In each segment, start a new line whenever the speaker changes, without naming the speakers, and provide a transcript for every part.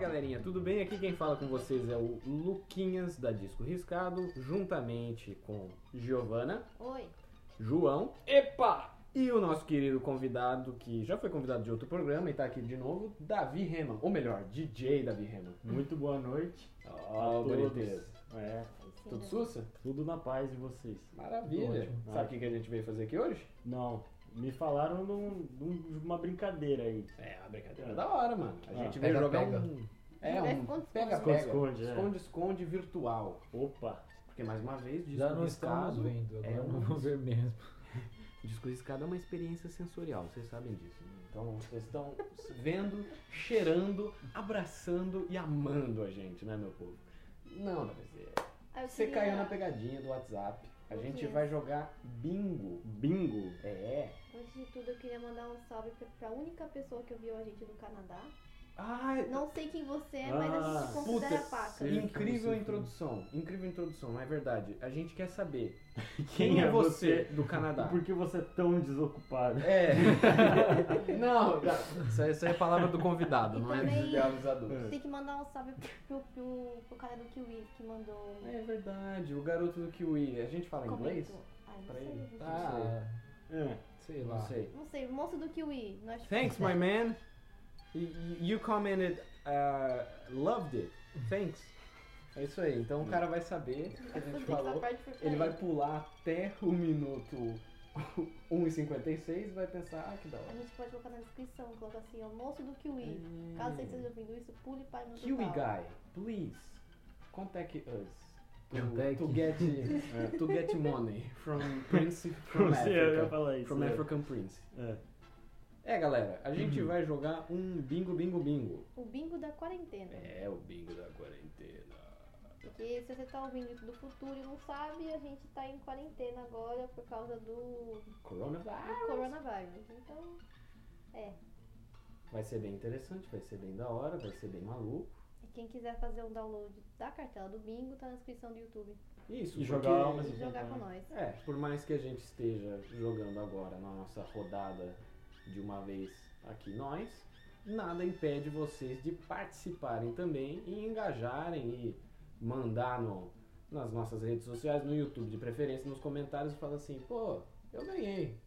galerinha, tudo bem? Aqui quem fala com vocês é o Luquinhas da Disco Riscado, juntamente com Giovana,
Oi.
João
Epa!
e o nosso querido convidado, que já foi convidado de outro programa e tá aqui de novo, Davi Reman, ou melhor, DJ Davi Reman.
Muito boa noite.
Ó,
todos.
boniteza.
É,
Tudo
né?
sussa?
tudo na paz e vocês.
Maravilha.
Ótimo.
Sabe o que que a gente veio fazer aqui hoje?
Não, me falaram de, um- de um- de uma brincadeira aí.
É, uma brincadeira da hora, mano. A
Ah,
gente veio
pega,
jogar
pega.
um... É,
Jogar
um
esconde-esconde.
pega-pega.
Esconde-esconde, é.
Esconde-esconde virtual.
Opa,
Porque, mais uma vez, disco
Já não
riscado
estamos vendo, agora
é um-
vamos ver mesmo.
Disco riscado é uma experiência sensorial, vocês sabem disso. né? Então vocês estão vendo, cheirando, abraçando e amando a gente, né, meu povo? Não, Davi,
Ah, eu
você
queria-
caiu na pegadinha do WhatsApp. A
Por
gente
quê?
vai jogar bingo.
bingo.
É.
Antes de tudo, eu queria mandar um salve pra, pra única pessoa que ouviu a gente do Canadá.
Ai,
Não sei quem você é, mas a gente
Ah,
te considera
puta,
paca.
sei.
incrível
Você-
introdução. Incrível introdução, é verdade. A gente quer saber
Quem é você?
do Canadá.
E por que você é tão desocupado?
É. não, não. Essa, essa é a palavra do convidado,
E
não é
também-
do idealizador.
Tem que mandar um salve pro, pro, pro cara do Kiwi que mandou. um
É verdade, o garoto do Kiwi. A gente fala inglês?
Comentou. Ah, não
Pra ele.
sei.
Ah,
É,
Ah, sei lá.
Não sei.
Não sei, o moço do Kiwi. Nós
Thanks, my man. You- You commented, uh, loved it. Thanks. É isso aí. Então o cara vai saber o que a gente falou. Ele vai pular até o minuto 1,56 e vai pensar, ah, que da
A
hora.
gente pode colocar na descrição, coloca assim, ó, moço do Kiwi. Caso você esteja ouvindo isso, pule para no
Kiwi
total.
guy, please contact us. To,
Contact.
to get eh, to get money from Prince from
você ia
Africa.
falar isso.
From
é.
African Prince.
É. Uhum.
É, galera, a gente vai jogar um bingo, bingo, bingo.
O bingo da quarentena.
É, o bingo da quarentena.
Porque se você tá ouvindo isso do futuro e não sabe, a gente tá em quarentena agora por causa do, do
Coronavirus.
coronavírus. Então,
Vai ser bem interessante, vai ser bem da hora, vai ser bem maluco.
quem quiser fazer um download da cartela do bingo, tá na descrição do YouTube.
Isso,
E
porque-
jogar ao
E
mesmo tempo,
jogar com
né?
nós.
É, por mais que a gente esteja jogando agora na nossa rodada de uma vez aqui nós, nada impede vocês de participarem também e engajarem e mandar no, nas nossas redes sociais, no YouTube de preferência, nos comentários e falar assim, pô, eu ganhei.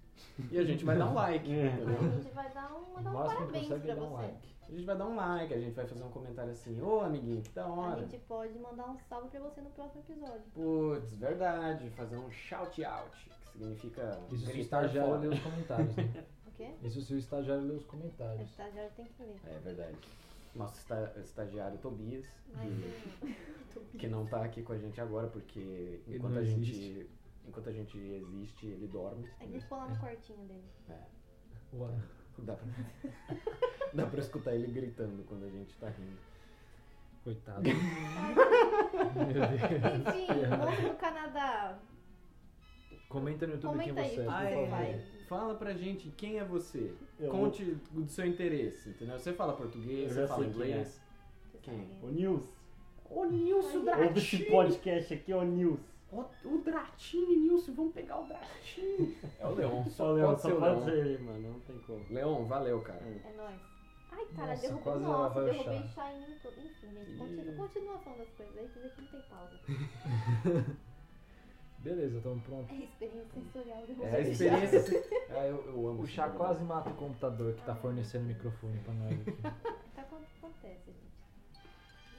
E a gente vai dar um like,
É.
A
entendeu?
gente vai dar, uma, dar um
máximo que
parabéns
consegue
pra
é dar um
você.
like.
A gente vai dar um like, a gente vai fazer um comentário assim, ô amiguinho, que da
A
hora.
gente pode mandar um salve pra você no próximo episódio.
Putz, verdade, fazer um shout out, que significa
Isso se o
gritar
estagiário
fora.
lê os comentários, né?
O quê?
Isso se o estagiário lê os
O
comentários.
estagiário tá, tem que ler.
É verdade. Nosso esta- estagiário Tobias,
Mas assim, o-
que não tá aqui com a gente agora porque
Ele
enquanto
não
a gente
existe.
enquanto a gente existe, ele dorme.
a gente ficou lá no quartinho dele.
Ué,
Dá pra, dá pra escutar ele gritando quando a gente tá rindo.
coitado. Meu Deus.
Enfim, moço do Canadá.
Comenta no YouTube
Comenta
quem
aí o
você
que
é.
Ah,
você
é.
faz.
Fala pra gente quem é você.
Eu-
Conte do seu interesse, entendeu? Você fala português,
Eu
você
já
fala
sei quem é.
inglês.
Você
Quem?
sabe.
O News.
Ô Nilson
Ouve esse podcast aqui, ó, News.
Ó, O Dratini, Nilson, vamos pegar o Dratini. É o Leon,
Só, Leon, só pode ser ele, mano. Não tem como.
Leon, valeu, cara.
É nóis. Ai, cara,
Nossa,
derrubou.
quase ela
Nossa,
vai
derrubei
achar.
Shining todo. Enfim, gente,
Ih.
continua, continua falando as coisas aí, que isso aqui não tem pausa.
Beleza, tamo pronto.
É experiência sensorial.
É
derrubei
a
Shining.
experiência. Ah, eu, eu amo
O
esse
chá
programa.
quase mata o computador que tá fornecendo microfone pra nós aqui.
Tá com acontece, gente.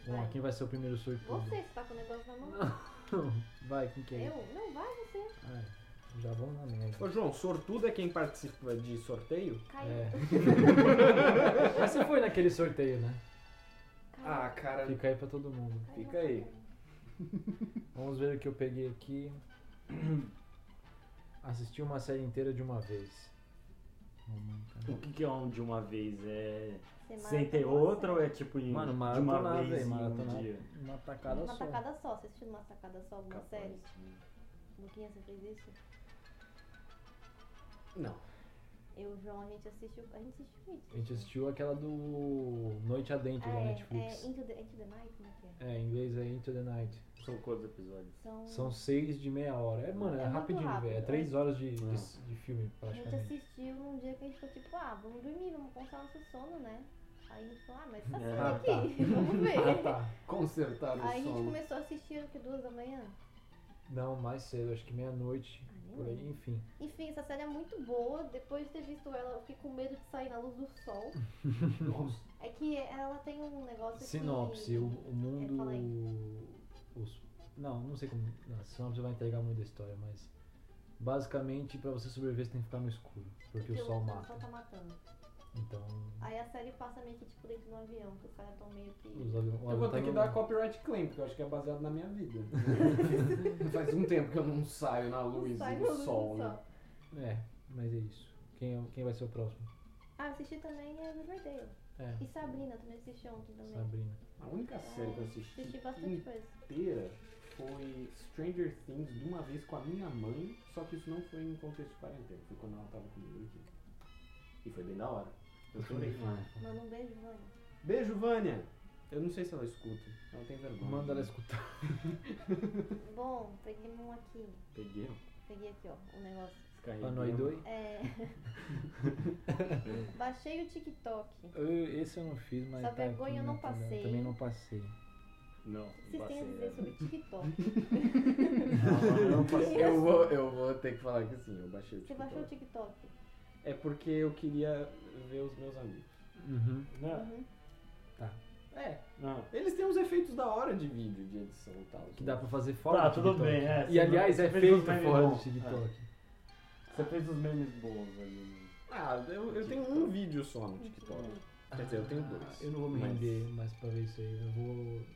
Vamos lá, quem vai ser o primeiro sortudo?
Você, você tá com o negócio na mão?
Vai, quem que é?
Eu? Não, vai você.
Ai, já vamos na merda.
Ô, João, sortudo é quem participa de sorteio?
Caiu.
É. Mas você foi naquele sorteio, né?
Caiu.
Ah, cara.
Fica aí pra todo mundo.
Caiu,
fica aí.
caiu.
Vamos ver o que eu peguei aqui. Assisti uma série inteira de uma vez. Mamãe, cara.
O que, que é um de uma vez? É.
Você
Sem ter
maratonou
outra
a
ou é tipo em,
Mano,
de uma
maratonar,
vez
velho.
em
Maratonar.
um dia?
Uma
série.
tacada
Uma
só.
tacada só. Você assistiu uma tacada só alguma
Capaz.
série? Luquinha, você fez isso?
Não.
Eu e o João, a gente assistiu. A gente assistiu isso.
A gente assistiu aquela do Noite Adentro da
é,
Netflix.
é Into the, Into the Night, como é que é?
É, em inglês é Into the Night.
São quantos episódios?
São,
São seis de meia hora. É, mano,
É
é,
muito
rapidinho,
rápido,
velho. É
é.
três horas de, de,
Não.
de filme,
A gente
praticamente.
assistiu num dia que a gente ficou tipo, ah, vamos dormir, vamos contar nosso sono, né? Aí a gente falou, ah, mas tá sendo
Ah, tá.
aqui, vamos ver.
Ah, tá.
Consertar o
Aí a gente
sono.
começou a assistir o que, duas da manhã?
Não, mais cedo, acho que meia-noite.
Ah, nem
Por
lembro.
aí, enfim.
Enfim, essa série é muito boa. Depois de ter visto ela, eu fiquei com medo de sair na luz do sol.
Nossa,
É que ela tem um negócio
Sinopse,
que...
o, o mundo.
fala aí.
Os, não, não sei como. Não, sinopse vai entregar muito da história, mas. Basicamente, pra você sobreviver, você tem que ficar no escuro. Porque o sol
O sol
mata.
tá matando.
Então.
Aí a série passa meio que tipo dentro de um avião, que os caras tão meio que.
Os avi- o
eu vou
avião tá
ter que
no-
dar copyright claim, porque eu acho que é baseado na minha vida. Faz um tempo que eu não saio na
Não
luz
sai
e
na
no
luz do
sol, né?
sol.
É, mas é isso. Quem, é o- quem vai ser o próximo?
Ah, assisti também é Riverdale.
É,
E Sabrina também assisti ontem também.
Sabrina.
A única série que eu assisti
É, Assisti bastante coisa.
inteira foi Stranger Things de uma vez com a minha mãe, só que isso não foi em contexto de quarentena, foi quando ela tava comigo aqui. E foi bem da hora. Eu chorei demais.
Manda um beijo, Vânia.
Beijo, Vânia! Eu não sei se ela escuta, ela tem vergonha.
Manda ela escutar.
Bom, peguei um aqui.
Peguei,
Peguei aqui, ó, o negócio.
descarreguei.
Pra nós dois.
É. Baixei o TikTok.
Eu- esse eu não fiz, mas.
Essa
tá aqui,
vergonha eu
né,
não
também.
passei.
Também não passei.
Não,
O que vocês têm a
é.
dizer sobre TikTok?
Não,
Eu vou, eu vou ter que falar que sim, eu baixei o
Você
TikTok.
baixou o TikTok?
É porque eu queria ver os meus amigos.
Uhum.
não.
Uhum.
É,
não.
eles têm uns efeitos da hora de vídeo, de edição e tal.
Que dá pra fazer fora
Tá,
do
tudo
TikTok.
bem, é.
E
você
aliás,
não-
é
você fez
feito
os memes
fora do
bons.
TikTok.
É, Você fez os memes bons ali. né?
Ah, eu, eu tenho um vídeo só no TikTok. Quer dizer, eu tenho dois.
Ah, Eu não vou me
mas-
render mais pra ver isso aí. Eu vou.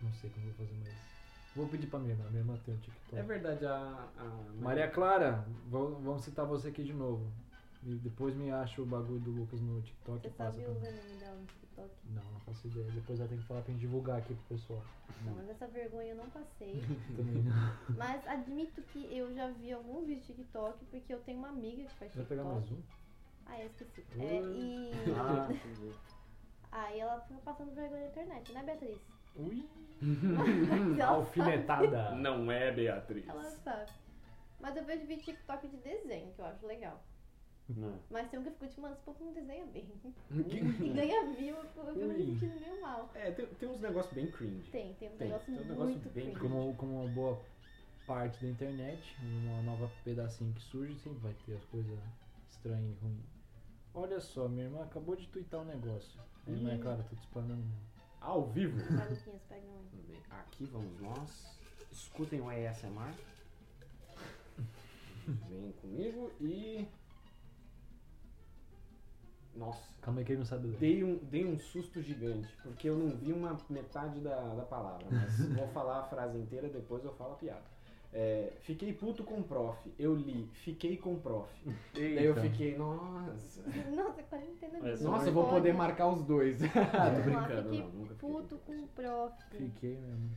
Não sei como eu vou fazer mais. Vou pedir pra minha irmã. Minha irmã tem um TikTok.
É verdade, a. a
Maria Clara, vou- vamos citar você aqui de novo. E depois me acha o bagulho do Lucas no TikTok
Você
e passa
sabe
pra
o
mim.
veneno dela no TikTok?
Não, não faço ideia. Depois ela tem que falar pra gente divulgar aqui pro pessoal.
Não, mas essa vergonha eu não passei.
Também não.
Mas admito que eu já vi algum vídeo de TikTok, porque eu tenho uma amiga que faz
Vai
TikTok.
pegar mais um?
Ah, é, esqueci.
Ui.
É, e
Ah, entendi.
aí ela fica passando vergonha na internet, né, Beatriz?
Ui! Hum,
Mas ela
Alfinetada!
Não é Beatriz.
Ela sabe. Mas eu vejo vídeo de TikTok de desenho, que eu acho legal.
Não.
Mas tem um que eu fico tipo, mano, esse povo não desenha bem.
Que-
E ganha view, eu fico eu fico
É. Ui.
me sentindo meio mal.
É, tem, tem uns negócios bem cringe.
Tem, tem um
Tem,
negócio
tem um
muito
negócio bem
cringe.
Como, como uma boa parte da internet, uma nova pedacinho que surge, sempre vai ter as coisas estranhas e ruins. Olha só, minha irmã acabou de twittar um negócio. Aí,
Ih.
mas claro, tô te espanando mesmo.
Ao vivo.
Vai, Luquinhas, pega um.
Vamos ver. Aqui vamos nós. Escutem o ASMR. Vem comigo e. Nossa.
Calma aí que ele não sabe ler.
Dei um, dei um susto gigante, porque eu não vi uma metade da, da palavra, mas vou falar a frase inteira, depois eu falo a piada. É, fiquei puto com prof. Eu li, fiquei com prof. Daí eu fiquei, nossa.
Nossa, quarentena
Mas-
mesmo.
Nossa, eu vou
Pode.
poder marcar os dois. Ah, Tô brincando,
fiquei
não, nunca fiquei
Puto com o prof.
Fiquei mesmo.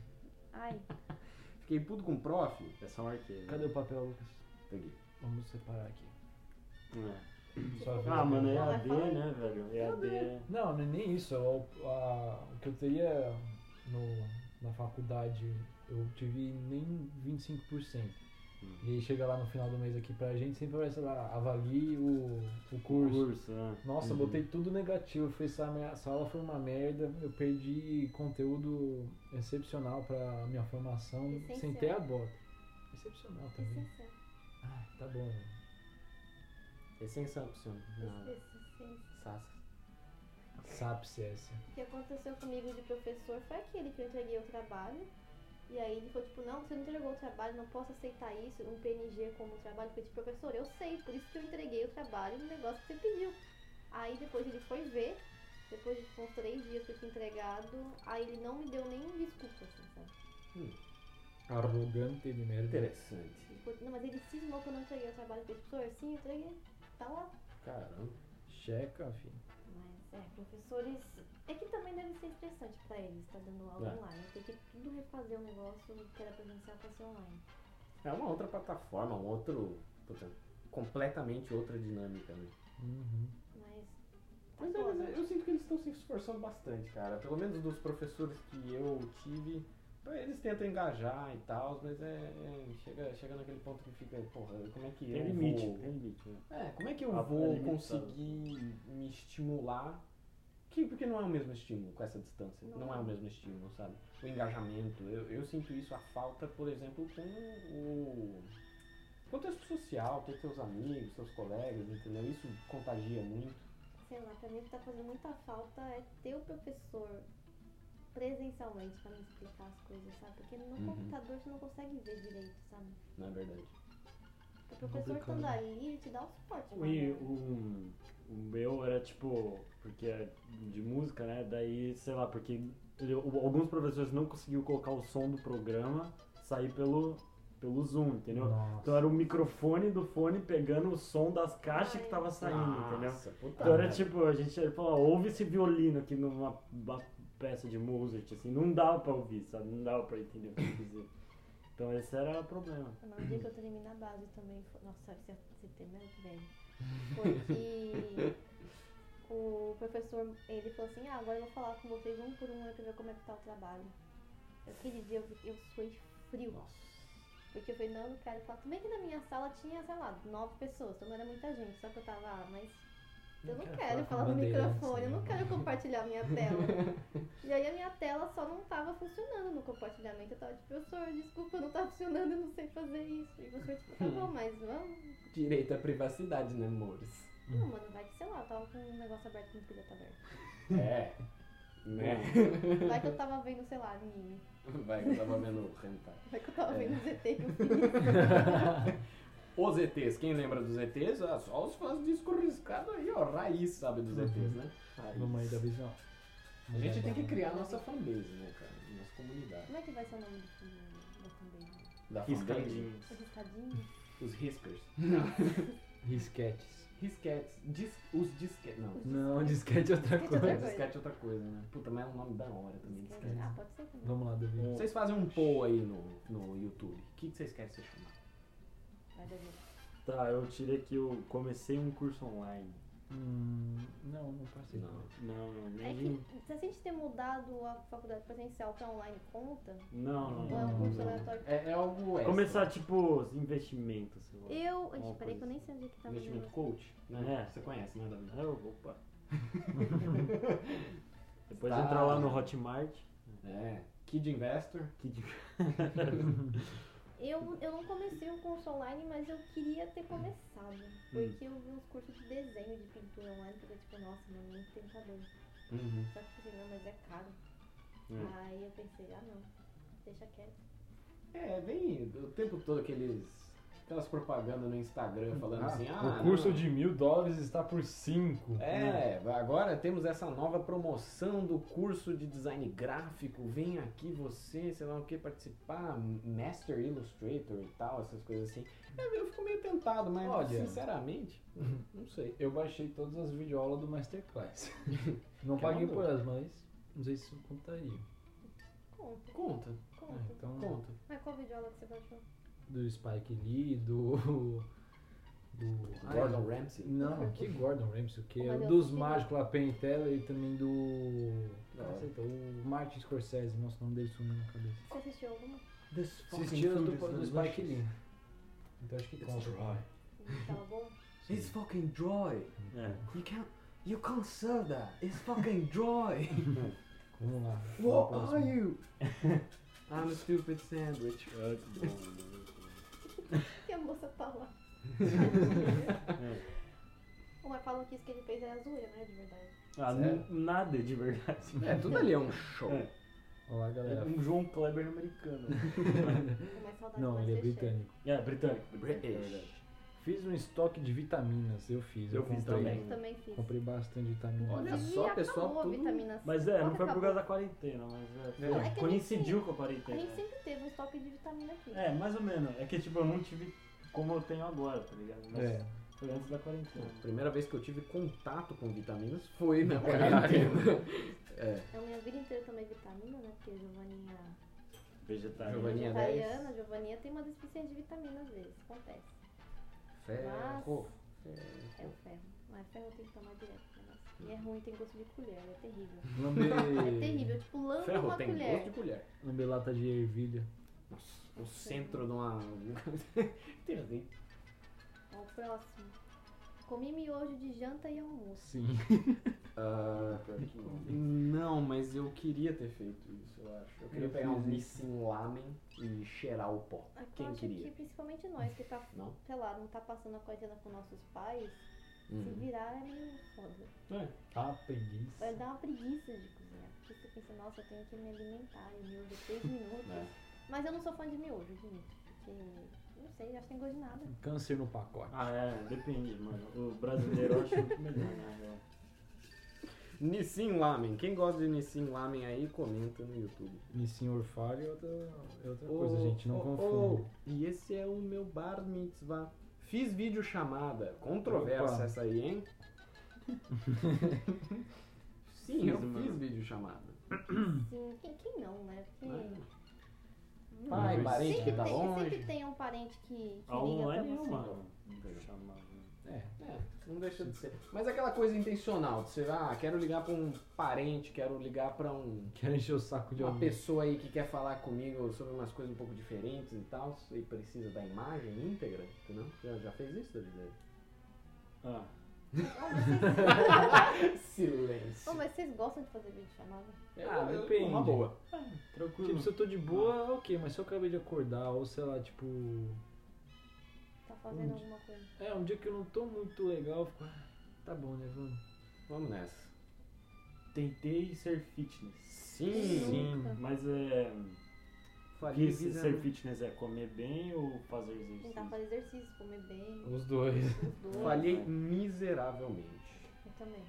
Ai,
Tá Fiquei puto com prof.
É só um arqueiro.
Cadê o papel, Lucas?
Peguei.
Vamos separar aqui.
É.
Só fiz
Ah,
aqui.
mano, é
Fala,
AD,
fala aí.
né, velho? É AD. é-
Não, não é nem isso. é O, a- o que eu teria no- na faculdade, eu tive nem 25%.
Hum.
E aí chega lá no final do mês aqui pra gente, sempre vai, sei lá, avalie o, o curso.
Curso, né?
Nossa, eu botei tudo negativo. Foi essa, minha- essa aula foi uma merda. Eu perdi conteúdo excepcional pra minha formação sem
Essencial.
ter a bota. Excepcional
que
também.
sensação.
Ah, tá bom.
Uhum.
É sem Samsung.
Ah.
Esse- esse- esse-
Sap CS.
O que aconteceu comigo de professor foi aquele que eu entreguei o trabalho. E aí ele falou, tipo, não, você não entregou o trabalho, não posso aceitar isso, um PNG como trabalho. Eu falei, tipo, professor, eu sei, por isso que eu entreguei o trabalho no negócio que você pediu. Aí depois ele foi ver, depois de tipo, uns três dias que eu tinha entregado, aí ele não me deu nenhum desculpa, assim, sabe?
Arrogante de merda.
Interessante.
Ele falou, Tipo, não, mas ele cismou que eu não entreguei o trabalho. Eu falei, professor, sim, entreguei, tá lá.
Caramba.
Checa, filho.
Mas é, professores. É que também deve ser estressante pra eles estar dando aula
É.
online. Tem que tudo refazer o negócio que era presencial pra ser online.
É uma outra plataforma, um outro. puta, completamente outra dinâmica, né?
Uhum.
Mas. Tá
Mas
foda.
eles- eu sinto que eles estão se esforçando bastante, cara. Pelo menos dos professores que eu tive, eles tentam engajar e tal, mas é, é- chega, chega naquele ponto que fica, porra, como é que
Tem
eu
limite,
vou...
tem limite. né?
É, como é que eu
Ah, é
vou
limitado.
conseguir me estimular Que, porque não é o mesmo estímulo com essa distância.
Não
Não, é o mesmo estímulo, sabe? O engajamento. Eu, eu sinto isso, a falta, por exemplo, com o contexto social, ter seus amigos, seus colegas, entendeu? Isso contagia muito.
Sei lá, pra mim o que tá fazendo muita falta é ter o professor presencialmente pra me explicar as coisas, sabe? Porque no
Uhum.
computador você não consegue ver direito, sabe?
Não é verdade? É
O professor
complicado.
estando ali, ele te dá o suporte. né? mas
E
não-
o, o meu era tipo, porque é de música, né? Daí, sei lá, porque ele- o- alguns professores não conseguiam colocar o som do programa sair pelo, pelo Zoom, entendeu? Então era o microfone do fone pegando o som das caixas que tava saindo, Tá entendeu?
Nossa, puta
Então era
merda.
tipo, a gente falou, ouve esse violino aqui numa uma peça de Mozart, assim, não dava pra ouvir, sabe? Não dava pra entender o que eu dizer. Então esse era o problema.
No dia que eu terminei na base também, foi... nossa, esse esse tema é velho. Foi que o professor, ele falou assim, ah, agora eu vou falar com vocês um por um aí pra ver como é que tá o trabalho. Aquele dia eu, eu suei frio,
Nossa.
porque eu falei, não, cara, fala, tudo bem que na minha sala tinha, sei lá, nove pessoas, então não era muita gente, só que eu tava, ah, mas eu não quero falar no microfone, eu não quero compartilhar minha tela. E aí a minha tela só não tava funcionando no compartilhamento. Eu tava tipo, professor, desculpa, não tá funcionando, eu não sei fazer isso. E você tipo, tá bom, mas vamos.
Direito à privacidade, né, amores?
Não, mano, vai que sei lá, eu tava com um negócio aberto com o pilhota aberto.
É. Né?
Vai que eu tava vendo, sei lá, anime.
Vai, eu tava vendo o Hentai.
Vai que eu tava
É.
vendo ZT que eu fiz.
Os ETs, quem lembra dos ETs? Ah, só os fãs de escorriscado aí, ó. Raiz sabe dos ETs, né? Raiz.
Mamãe da visão.
A gente tem que criar nossa fanbase, né, cara? Nossa comunidade.
Como é que vai ser o nome do filme da fanbase?
Da fanbase?
Riscadinhos.
Os riscadinhos?
Os riscers.
Risquetes.
Risquetes. Dis- os disquetes. Não.
Não, disquete é outra
Disquete é
coisa.
outra coisa.
Disquete é outra coisa, né? Puta, mas é um nome da hora também, disquete.
Ah, pode ser também.
Vamos lá, Davi.
Um-
Vocês fazem um poll aí no, no YouTube. O que, que vocês querem se chamar?
Vai Davi.
Tá, eu tirei que eu comecei um curso online.
Hum, não, não passei.
Não.
Não, não,
É
nem.
que se a gente ter mudado a faculdade presencial pra online conta,
Não, não,
ou é um
não,
curso
não.
aleatório.
É, é algo extra.
Começar, tipo, investimentos, sei lá.
Eu.
Uma
Ixi, peraí que
coisa.
eu nem sei onde é que tava o
Investimento
negócio.
coach, né?
É.
Você conhece, né, Davi?
Ah, eu- opa. Depois
Tá.
entrar lá no Hotmart.
É. Kid Investor.
Que de-
Eu, eu não comecei o curso online, mas eu queria ter começado. Porque eu vi uns cursos de desenho de pintura online, porque tipo, nossa, meu muito tentador.
Uhum.
Só que assim, não, mas é caro.
Hum.
Aí eu pensei, ah não, deixa quieto.
É, vem o tempo todo aqueles. Aquelas propagandas no Instagram falando assim, ah.
o curso
não,
de mil dólares está por cinco.
É, agora temos essa nova promoção do curso de design gráfico. Vem aqui você, sei lá o que, participar, Master Illustrator e tal, essas coisas assim. Eu, eu fico meio tentado, mas
Olha.
sinceramente, não sei.
Hum, Eu baixei todas as videoaulas do Masterclass. não
Que é né?
paguei
mandou.
por elas, mas não sei se isso contaria.
Conta,
Conta,
Ah,
conta.
então,
conta.
Mas qual videoaula que você baixou?
do Spike Lee, do. do
Gordon
Ah,
Ramsay.
Não, que Gordon Ramsay, o que?
Mas eu
Dos
sei.
mágicos lá, Penn e Teller e também do.
Da hora.
Caceta, o Martin Scorsese, nossa, o nome dele sumiu na cabeça.
Você assistiu alguma?
é
Assistiu as do, do Spike Lee. Então acho que conta.
Não Tava bom?
It's fucking dry.
É.
You can't. You can't serve that. It's fucking dry.
Vamos lá.
What
Vamos
are
lá.
you? I'm a stupid sandwich.
Ah, que bom.
Que a moça tá lá. Bom, mas falam que isso que ele fez era zoeira, né? De verdade.
Ah,
Sério?
n- nada de verdade.
É, tudo ali é um show.
É.
Olá,
É
galera.
um João Kleber americano.
Tem mais saudade
Não,
mais
ele é
recheio.
britânico.
é, britânico. britânico, é verdade.
British.
Fiz um estoque de vitaminas, eu fiz.
Eu fiz
comprei.
também.
Eu também fiz.
Comprei bastante vitamina.
Olha
Inclusive,
só,
acabou
pessoal,
a
tudo-
vitamina C.
Mas é,
Qual
não
que
foi por
acabou?
causa da quarentena, mas é,
Não,
é que a
coincidiu
gente-
com a
A gente
quarentena.
sempre teve um estoque de vitamina aqui.
É, mais ou menos. É que tipo, eu não tive como eu tenho agora, tá ligado? Mas
É.
foi antes da quarentena.
A primeira vez que eu tive contato com vitaminas foi na quarentena.
Eu minha vida inteira tomei vitamina, né? Porque Giovaninha é
Vegetariano.
Giovaninha
vegetariana, Giovaninha tem uma deficiência de vitamina às vezes, acontece.
Ferro.
É o ferro. Mas ferro tem que tomar direto, né? nossa. E
Hum.
é ruim, tem gosto de colher, é terrível. É
Lamber...
terrível, tipo, lambe
Ferro
uma
tem
colher.
gosto de colher.
Lamber lata de ervilha.
Nossa, o centro de uma. Entendi.
Ó, É o próximo. Comi miojo de janta e almoço.
Sim.
Ah, mas eu queria ter feito isso, eu acho. Eu queria
Eu
pegar um
fiz
Nissin Lamen e cheirar o pó.
É que eu
Quem
acho
queria?
que principalmente nós, que tá,
Não?
sei lá, não tá passando a quarentena com nossos pais, se
Uhum.
virar é meio foda.
É.
Tá, preguiça.
Vai dar uma preguiça de cozinhar. Porque você pensa, nossa, eu tenho que me alimentar em miojo 3 minutos.
Né?
Mas eu não sou fã de miojo, gente. Porque, não sei, acho que tem gosto de nada.
Câncer no pacote.
Ah, é, depende, mano. O brasileiro eu acho melhor, né, na real.
Nissin Lamen. Quem gosta de Nissin Lamen aí, comenta no YouTube.
Nissin Orfalho é outra, é outra
Ô,
coisa, gente. Não
ô,
confunda.
ô, e esse é o meu bar mitzvah. Fiz vídeo chamada. Controversa
Opa.
essa aí, hein? Sim,
Fiz
eu
uma-
fiz vídeo chamada. Hum.
Sim, quem, quem não, né? Porque.
é?
Hum,
Pai,
Mas
parente
sempre,
que tá
tem,
longe.
sempre tem um parente que, que
Ah,
A
um
liga pra
online é
você.
uma. Chamada.
É,
É, não deixa de ser. Mas aquela coisa intencional, de você, ah, quero ligar pra um parente, quero ligar pra um
quero encher o saco de um-
uma
alguém.
pessoa aí que quer falar comigo sobre umas coisas um pouco diferentes e tal, e precisa da imagem íntegra, entendeu? Já, já fez isso, David?
Ah,
Ô,
Silêncio.
mas vocês gostam de fazer vídeo chamada?
Ah,
Eu- eu-
depende.
Uma boa.
tranquilo.
Tipo, se eu tô de boa, ok, mas se eu acabei de acordar, ou sei lá, tipo.
Tá fazendo alguma coisa?
É, um dia que eu não tô muito legal, eu fico. "Ah, Tá bom, né, vamos.
Vamos nessa.
Tentei ser fitness.
Sim.
Sim.
Mas é.
Faria
Que se- ser
bizarro.
fitness é comer bem ou fazer
Tentar
exercício?
fazer exercício, comer bem,
Os dois.
os dois.
Falhei miseravelmente.
Eu também.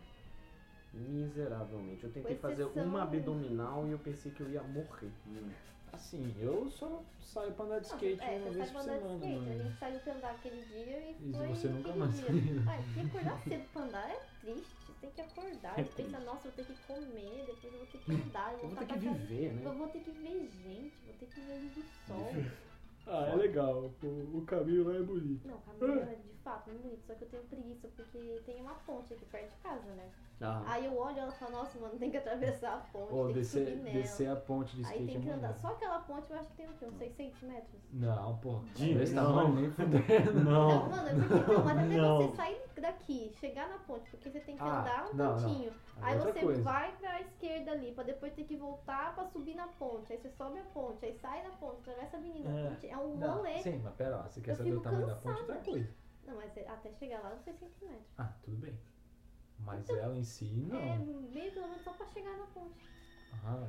Miseravelmente. Eu tentei
Com
fazer
exceção-
uma abdominal e eu pensei que eu ia morrer.
Hum.
Assim, eu só saio pra andar de
Não,
skate
é,
uma
você
vez
sai
por
pra andar de
semana,
skate. né? A
mano.
gente saiu pra andar aquele dia e
E
foi
você nunca
aquele
mais
dia.
saiu.
Ah, porque acordar cedo pra andar é triste. Você tem que acordar.
É
você pensa,
triste.
nossa, eu vou ter que comer, depois eu vou ter que andar. Eu
Eu vou
voltar
ter que
pra casa.
viver, né?
Eu vou ter que ver gente, vou ter que ver luz do sol.
Ah, é
Foda.
legal. O, o caminho lá é bonito.
Não,
Hum.
caminhar é de fato muito bonito, só que eu tenho preguiça porque tem uma ponte aqui perto de casa, né?
Ah,
Aí eu olho e ela fala, nossa, mano, tem que atravessar a ponte,
Ou
tem que
descer,
subir nela.
descer a ponte de
Aí
skate
tem
é
que
maneiro.
andar. Só aquela ponte eu acho que tem o quê? Uns 600 metros?
Não, pô.
De-
Desse
não.
tamanho nem fudendo.
Não,
Não.
mano, é porque não, mas até
Não.
você sair daqui, chegar na ponte, porque você tem que
Ah,
andar um
não, não.
tantinho. Aí
Outra
você
coisa.
vai pra esquerda ali, pra depois ter que voltar pra subir na ponte. Aí você sobe a ponte, aí sai da ponte, atravessa a avenida.
É.
A ponte é um
Não,
rolê.
sim, mas pera lá, você quer
Eu
saber o
fico
tamanho da ponte?
cansada.
Outra coisa.
Não, mas é- até chegar lá, uns 600 metros.
Ah, tudo bem. Mas ela em si, não.
É meio quilômetro só pra chegar na ponte.
Ah,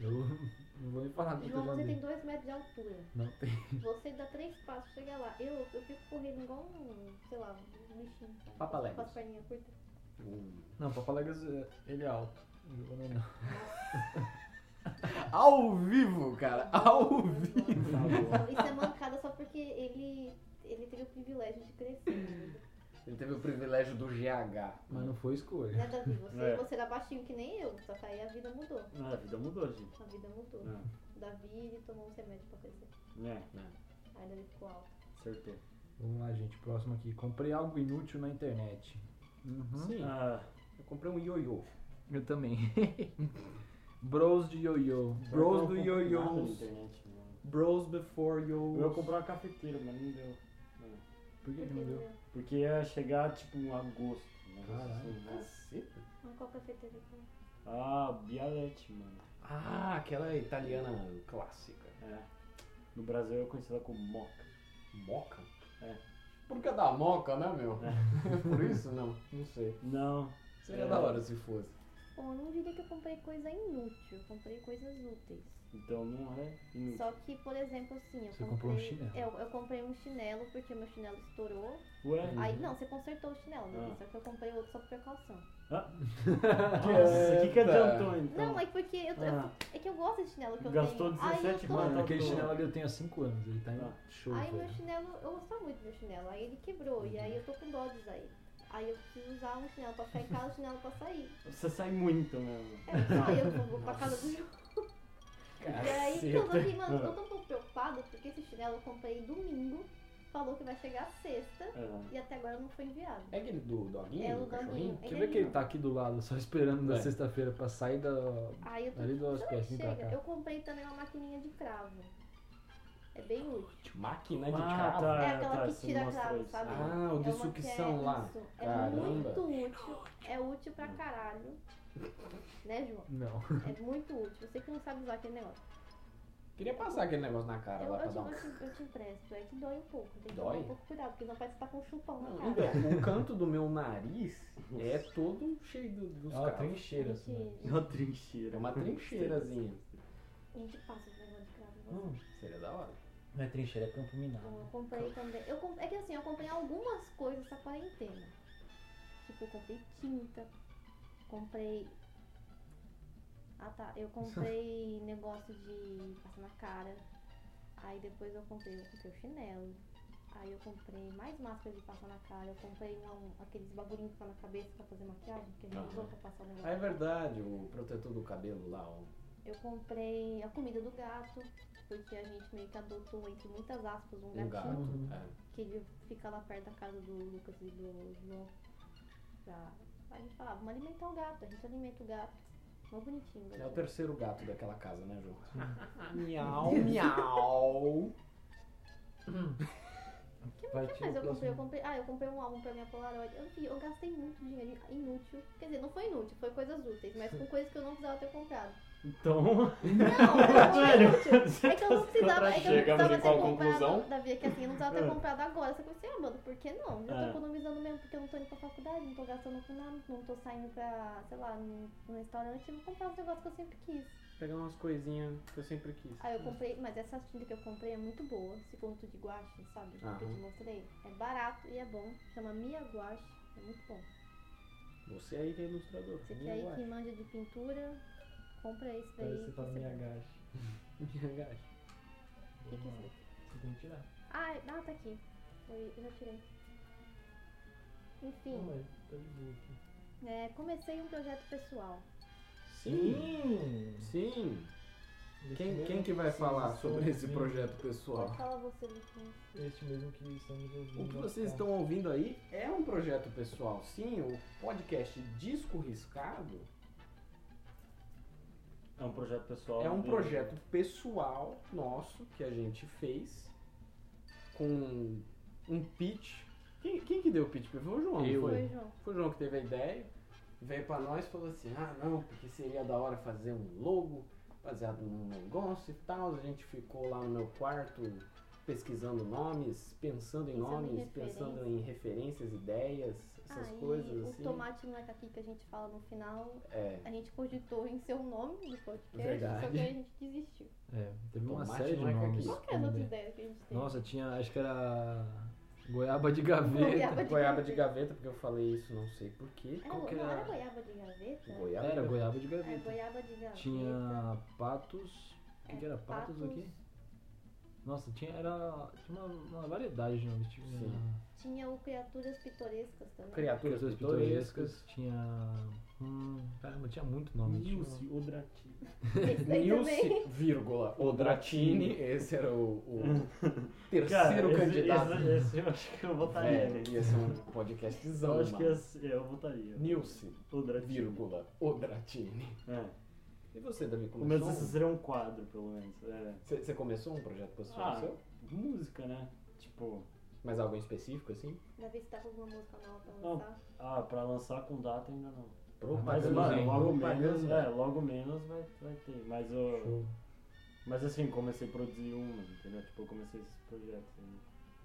eu não vou nem falar porque eu
João,
já
você
andei.
tem 2 metros de altura.
Não tem.
Você dá três passos, chega lá. Eu, eu fico correndo igual um, sei lá, um bichinho. sabe?
Papaléguas.
Com as perninhas curtas.
hum.
Não, Papaléguas, é- ele é alto. Eu não- não.
Ao vivo, cara. Ao vivo.
Não, Isso é mancada só porque ele, ele teve o privilégio de crescer. né?
Ele teve o privilégio do GH.
Mas não foi escolha.
Né, Davi? Você,
É.
você era baixinho que nem eu, só que aí a vida mudou.
Ah, a vida mudou, gente.
A vida mudou.
É,
Davi, ele tomou um remédio pra crescer.
né?
Aí Davi ficou alto.
Acertou.
Vamos lá, gente. Próximo aqui. Comprei algo inútil na internet. Uhum.
Sim.
Ah,
Eu comprei um ioiô.
Eu também. Bros de yo-yo.
Bros
eu
do
não compro
ioiô.
nada na internet, mano.
Bros before yo.
Eu ia comprar uma cafeteira, mas não deu. É.
Por que, que não deu?
é
Porque ia chegar tipo em agosto. né?
Caralho.
Assim, né?
Caceta.
Mas qual cafeteira que é?
Ah, Bialete, mano.
Ah, aquela italiana clássica.
É. No Brasil eu conheci ela como Moca.
Moca?
É.
Por que da moca, né, meu? Por isso, não. Não sei.
Não.
Seria
É.
da hora se fosse.
Bom, eu não diria que eu comprei coisa inútil, eu comprei coisas úteis.
Então não é inútil.
Só que, por exemplo, assim, eu
Você
comprei.
comprou um chinelo.
Eu, eu comprei um chinelo porque o meu chinelo estourou.
Ué?
Aí não, você consertou o chinelo, né?
Ah.
Só que eu comprei outro só por precaução.
Nossa, o que, que
Eita.
adiantou então?
Não, é porque eu, eu-
Ah,
é que eu gosto de chinelo que eu
Gastou
tenho. Aí eu
17
tô-
mano,
Mano, aquele
tô-
chinelo ali eu tenho há 5 anos. Ele tá em
Ah.
show,
Aí meu
velho.
chinelo, eu gostava muito do meu chinelo, aí ele quebrou, e aí eu tô com dó de usar ele. Aí eu preciso usar um chinelo pra ficar em casa, um chinelo pra sair.
você sai muito né? mesmo.
É, só eu vou, vou pra casa do João. E
é
aí que eu tô aqui, mano, eu tô
Ah.
um pouco preocupada porque esse chinelo eu comprei domingo, falou que vai chegar sexta,
É.
e até agora não foi enviado.
É aquele do doguinho?
É
do
o doguinho.
cachorrinho?
Quer ver que ele tá aqui do lado, só esperando na
É.
sexta-feira pra sair da.
Aí eu tô
Ali do
Será que
aspecto, vem pra
chega?
cá.
Eu comprei também uma maquininha de cravo. É bem útil.
Máquina Né, de
Ah,
cravo?
tá.
é aquela
tá,
que
você
tira
mostra
cravo,
isso.
sabe?
Ah, o
É
de
uma que é
sucção lá.
isso. É
Caramba.
muito útil. É útil pra caralho. Né, João?
Não.
É muito útil. Você que não sabe usar aquele negócio.
Queria passar aquele negócio na cara
Eu,
lá pra
eu, te,
dar um.
eu, te, eu te empresto, aí que dói um pouco. Tem que
Dói?
tomar um pouco de cuidado, porque não parece que tá com um chupão na
Não,
cara.
então, o canto do meu nariz é todo cheio do- dos
É uma
cravos.
trincheira, assim. né?
Gente,
uma trincheira.
É uma trincheirazinha.
a gente passa esse negócio de cravo. em você.
Hum, seria da hora.
Não é trincheira, é campo
Bom, eu
minado.
comprei também. Eu com- É que assim, eu comprei algumas coisas essa quarentena. Tipo, eu comprei tinta, comprei. Ah tá, eu comprei negócio de passar na cara. Aí depois eu comprei, eu comprei o chinelo. Aí eu comprei mais máscara de passar na cara. Eu comprei um, aqueles bagulhinhos que tá na cabeça pra fazer maquiagem, que a gente
Aham.
usou pra passar o negócio.
Ah, é verdade, o protetor do cabelo lá, o
Eu comprei a comida do gato, porque a gente meio que adotou, entre muitas aspas, um
um
gatinho.
gato.
Uhum.
É.
que ele fica lá perto da casa do Lucas e do João. Pra... A gente falava, vamos alimentar o gato, a gente alimenta o gato. Mó bonitinho,
É o
gatinho.
terceiro gato daquela casa, né, João? miau, miau.
Vai
Mas eu comprei, eu comprei. Ah, eu comprei um álbum pra minha Polaroid. Eu, vi, eu gastei muito dinheiro inútil. Quer dizer, não foi inútil, foi coisas úteis, mas com coisas que eu não precisava ter comprado.
Então, Velho,
Não, não foi inútil. É que eu não
você tá
precisava, é que eu não precisava
Chegamos em
ter
qual
comprado,
conclusão?
Davi, é que assim, eu não precisava ter
É.
comprado agora. Você coisa, ah, mano, por que não? Eu
É.
tô economizando mesmo, porque eu não tô indo pra faculdade, não tô gastando com nada, não tô saindo pra, sei lá, num, num restaurante, eu vou comprar os negócios que eu sempre quis.
Pegar umas coisinhas que eu sempre quis.
Aí eu comprei, mas essa tinta que eu comprei é muito boa, esse conto de guache, sabe? Que eu te
Aham.
mostrei. É barato e é bom, chama Mia Guache, é muito bom.
Você aí que é ilustrador.
Você que
minha
aí
guache.
que manja de pintura, compra esse daí.
Parece que você tá
que
no
você-
Miyagashi.
Minha gacha.
O que que é isso?
Você tem que tirar.
Ah, é- ah, tá aqui. Foi- Eu já tirei. Enfim,
Não, tá de boa aqui.
é, comecei um projeto pessoal.
Sim,
Sim!
sim. Quem, quem que vai
Sim,
falar
estamos
sobre esse
ouvindo-
projeto pessoal?
Pode falar você, né? Luquinha.
Este mesmo que estamos ouvindo.
O que vocês
tá?
estão ouvindo aí é um projeto pessoal, sim. O podcast Disco Riscado
é um projeto pessoal.
é um
de-
projeto pessoal nosso que a gente fez com um pitch. Quem, quem que deu o pitch? Foi o João, não
Eu.
foi?
Oi, João.
Foi o João que teve a ideia, veio pra nós e falou assim: ah, não, porque seria da hora fazer um logo baseado num negócio e tal. A gente ficou lá no meu quarto pesquisando nomes, pensando em
Pensando em
nomes, pensando em referências, ideias, essas
Aí,
coisas
o
assim.
tomate não é aqui que a gente fala no final,
É,
a gente cogitou em seu nome do podcast,
Verdade.
só que aí a gente desistiu.
É, teve uma
Tomate
série de
não é
nomes.
caqui.
Qual que é as outras
Comida.
ideias que a gente tem?
Nossa, tinha. Acho que era. Goiaba de gaveta.
Goiaba de
goiaba de
gaveta.
gaveta, porque eu falei isso, não sei porquê.
Era,
Qual
go-
que
não era
era?
goiaba de gaveta?
Goiaba
Era
de gaveta.
goiaba de
É,
gaveta.
goiaba de gaveta.
Tinha patos. O que, que era?
É,
Patos o
patos.
quê? Nossa, tinha, era, tinha uma, uma variedade de nomes. tipo, né? Tinha
Sim.
Tinha o Criaturas Pitorescas também.
Criaturas
pessoas
pitorescas.
pitorescas, tinha. Hum, caramba, tinha muito nome. tinha um uma-
Nilce Odrati.
Esse daí também.
Nilce, vírgula, Odratini, esse era o, o terceiro
esse-
candidato.
Esse, esse eu acho que eu votaria
Velho,
nele.
ia ser um podcastzão,
Eu acho que
mano.
esse- eu votaria.
Nilce,
Odrati.
vírgula, Odratini.
É.
E você, Davi,
Pelo menos esse
começou?
seria um quadro, pelo menos. É.
Você você começou um projeto pessoal
Ah.
seu?
Música, né? Tipo,
Mas algo em específico, assim?
Davi, você tá com alguma música nova pra
Não.
lançar?
ah, pra lançar com data ainda não. Mas,
Propaganda,
mano,
hein?
logo menos,
propaganda.
é, logo menos vai, vai ter. Mas eu.
Show.
Mas assim, comecei a produzir uma, entendeu? Tipo, eu comecei esses projetos. Né?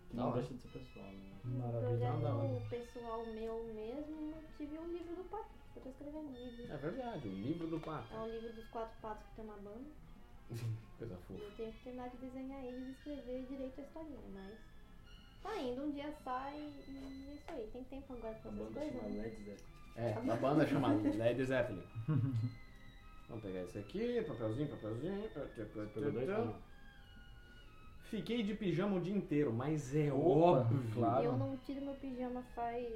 Que
Da
não
hora.
deixa de ser pessoal, né?
Maravilha.
da
Um
hora.
projeto pessoal meu mesmo, eu tive um livro do Pato. Eu tô escrevendo livro.
É verdade, o livro do pato.
É um livro dos quatro patos que tem uma banda.
Coisa
E
fofa.
Eu tenho que terminar de desenhar eles e escrever direito a historinha, mas tá indo, um dia sai e é isso aí. Tem tempo agora
A
pra essas
banda
coisas?
chama
né?
Led Zeppelin.
É, da banda chamada Led Zeppelin. Vamos pegar esse aqui, papelzinho, papelzinho.
Pegou dois? né? Não.
Fiquei de pijama o dia inteiro, mas é
Opa,
óbvio.
claro.
Eu não tiro meu pijama faz.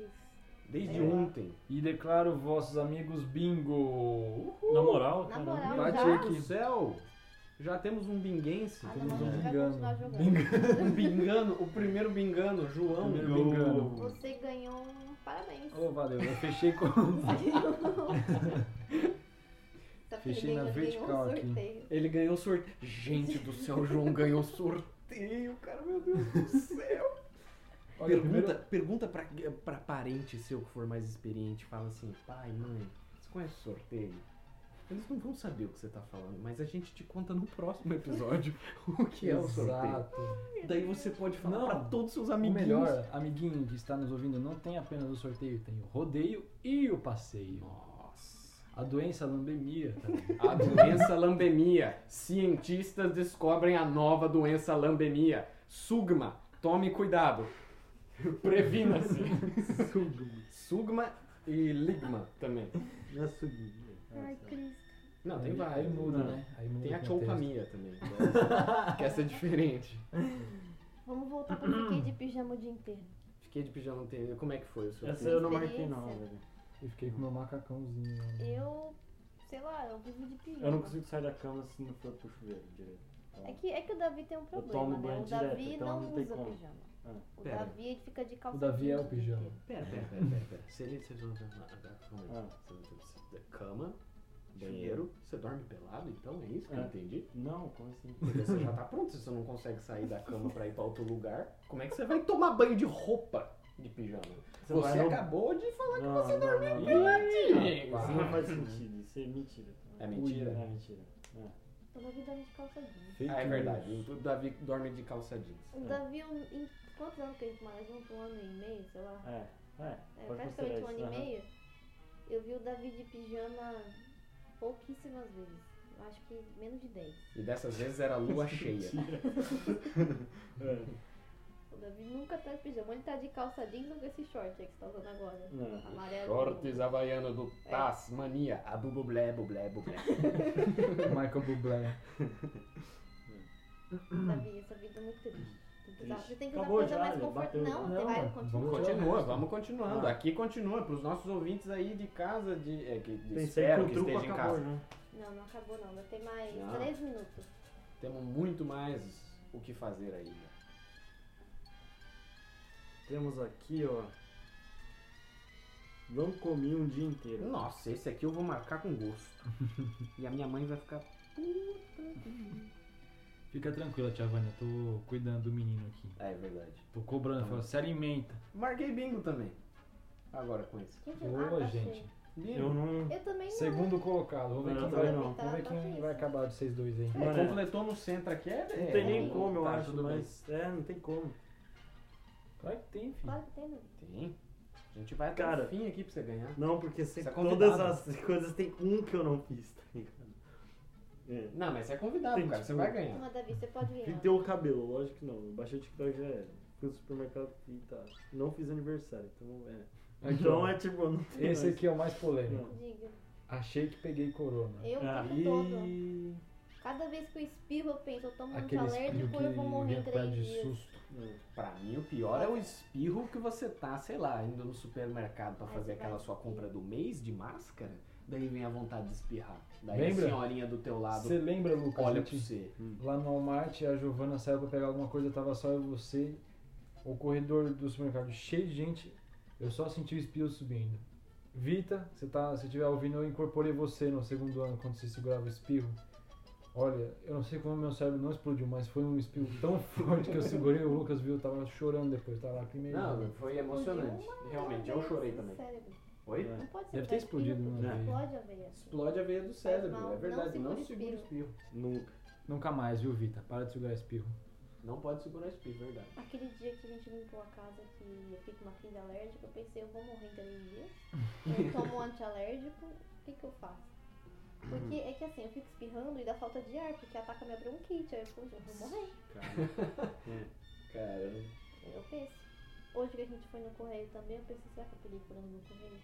Desde
É.
ontem.
E declaro vossos amigos bingo.
Na moral,
Na
caramba.
moral,
Meu
Bate
Tá já?
aí
Deus do céu! Já temos um binguense.
Ah,
Todo
não, mas
mundo
você vai
engana.
continuar jogando.
Um bingano, o primeiro bingano, João.
Primeiro
Gol.
bingano.
Você ganhou um parabéns.
Oh, valeu. Eu fechei com.
Só que
Fechei
ele
na
ganhou- ele ganhou
vertical
um
aqui.
sorteio.
Ele ganhou sorteio. Gente do céu, o João ganhou sorteio, cara, meu Deus do céu.
Olha,
pergunta
primeiro-
pergunta pra, pra parente seu que for mais experiente, fala assim, pai, mãe, conhece o sorteio? Eles não vão saber o que você tá falando, mas a gente te conta no próximo episódio o que é o sorteio.
Exato.
Daí você pode falar
Não,
pra todos os seus
O
amiguinhos.
melhor, amiguinho que está nos ouvindo, não tem apenas o sorteio, tem o rodeio e o passeio.
Nossa.
A doença, a lambemia tá também.
A doença lambemia. Cientistas descobrem a nova doença lambemia. Sugma, tome cuidado. Previna-se. Sugma e ligma também.
Já subi.
Ai, Cristo.
Não, Ah, tem
Aí- Aí
vários.
muda,
Não.
né? Aí muda
Tem
o
a
contexto.
choupamia também, que é- que essa é diferente.
Vamos voltar pra fiquei de pijama o dia inteiro.
Fiquei de pijama no TV. Como é que foi o seu?
Essa eu não marquei
Experiência.
não, velho.
Eu fiquei com meu né? macacãozinho.
Ah,
lá.
Eu, sei lá, eu vivo de pijama.
Eu não consigo sair da cama se não for pro chuveiro direito.
É que, é que o Davi tem um problema,
tomo
né?
banho
o Davi
direto, então
não,
não tem
usa
como.
pijama.
Ah.
O
Pera.
Davi ele fica de calça
O Davi é o
jeans dia
pijama.
inteiro.
Pera, pera, pera, pera, pera. Se ele se resolve.
Ah.
Cama, banheiro, você dorme pelado, então é isso que eu
É.
entendi.
Não, como assim?
Porque você já tá pronto, se você não consegue sair da cama pra ir pra outro lugar, como é que você vai tomar banho de roupa de pijama? Você,
vai no-
acabou de falar
não,
que você
não,
dormiu
não, não.
peladinho.
Isso não faz sentido, isso é mentira.
É mentira?
É mentira.
O Davi dorme de calça jeans.
Fake
Ah, é verdade.
news.
O Davi dorme de calça jeans.
O Davi, um- em quantos anos que a gente mora junto? Um ano e meio, sei lá.
É, é.
É,
pode
praticamente um ano
considerar isso.
e
aham.
meio. Eu vi o Davi de pijama pouquíssimas vezes. Eu Acho que menos de 10.
E dessas vezes era lua cheia.
É,
O Davi nunca tá de pijama. Ele tá de calça jeans ou com esse short aí que você tá usando agora.
não.
Amarelo.
Shorts havaiano do
É.
Tasmania. A bublé, bublé, bublé.
Michael Bublé. Hum.
Davi, essa vida é muito triste. Tem que usar,
Triste.
você tem que usar
Acabou
coisa
já,
mais
ele
confortável.
bateu.
Não,
Não,
você vai
mano,
continuar.
vamos-
Continua, vamos continuando.
Ah.
Aqui continua, pros nossos ouvintes aí de casa, de, é, que, de-
Pensei que
espero
o
que
truco
esteja em
acabou,
casa.
né?
Não, não acabou não. Ainda tem mais
Ah.
Não.
3 minutos.
Temos muito mais o que fazer né? ainda.
Temos aqui, ó. Não comi um dia inteiro.
Nossa, esse aqui eu vou marcar com gosto. e a minha mãe vai ficar.
Fica tranquila, tia Vânia. Tô cuidando do menino aqui.
É, é verdade.
Tô
Tá
cobrando. Falou, se alimenta.
Marquei bingo também. Agora com isso.
Quem que
Boa,
ah, tá
gente.
cheio.
Bingo.
Eu não.
Eu também não.
Segundo colocado. Vamos ver
Não,
quem
também
vai,
não.
vamos
Tá,
ver quem vai acabar de vocês dois aí.
É,
Mano,
completou no centro aqui. É,
Não
é,
tem nem
tá,
como, eu
tá,
acho,
tudo bem.
mas. É, não tem como.
Claro que tem, filho.
Claro que tem, Davi.
Tem. A gente vai até
Cara.
o fim aqui pra você ganhar.
Não, porque se-
Você é
todas
convidado.
as coisas tem um que eu não fiz, tá ligado? É.
Não, mas você é convidado,
Tem,
cara. Você
tipo,
vai ganhar.
Uma, Davi, você pode ganhar.
um.
Pintei o cabelo, lógico que não. Eu Baixei o TikTok já era. Fui no supermercado e tá. Não fiz aniversário, então é.
Aqui,
então
ó.
é tipo, não tem
Esse
mais.
aqui é o mais polêmico.
Não.
Diga.
Achei que peguei corona.
Eu
Ah,
o tempo todo. Cada vez que eu espirro, eu penso, eu tomo um
Aquele espinho
alérgico e eu vou
que
morrer em
repara
três
de
dias.
susto.
É.
Pra mim, o pior é o espirro que você tá, sei lá, indo no supermercado pra
Aí
fazer
você vai
aquela sua compra do mês de máscara. Daí vem a vontade de espirrar. Daí
Lembra?
a senhorinha do teu lado
Você lembra, Lucas?
olha
a
pra
gente-
você.
Lá no Walmart, a Giovana saiu pra pegar alguma coisa, tava só eu e você. O corredor do supermercado cheio de gente. Eu só senti o espirro subindo. Vita, você tá, se tiver ouvindo, eu incorporei você no segundo ano quando você segurava o espirro. Olha, eu não sei como meu cérebro não explodiu, mas foi um espirro tão forte que eu segurei. O Lucas viu, eu tava chorando depois, tava lá primeiro.
Não, foi emocionante.
Explodiu uma
Realmente, eu
aveia
chorei
do
também.
cérebro.
Oi?
É.
Não pode ser que vai
Deve ter
espirro,
explodido
porque
né?
uma
Explode a veia.
Explode a veia do cérebro,
mal,
é verdade.
não
Não,
segura
segura
o
o espirro.
Nunca.
Nunca mais, viu, Vita? Para de segurar espirro.
Não pode segurar o espirro, é verdade.
Aquele dia que a gente limpou a casa que eu fiquei com uma crise alérgica, eu pensei, eu vou morrer em três dias. Eu tomo um antialérgico, o que, que eu faço? Porque é que assim, eu fico espirrando e dá falta de ar, porque ataca minha bronquite. Aí eu fico, gente, eu vou morrer.
Cara,
Eu penso. Hoje que a gente foi no correio também, eu pensei, será que eu peguei corona no correio?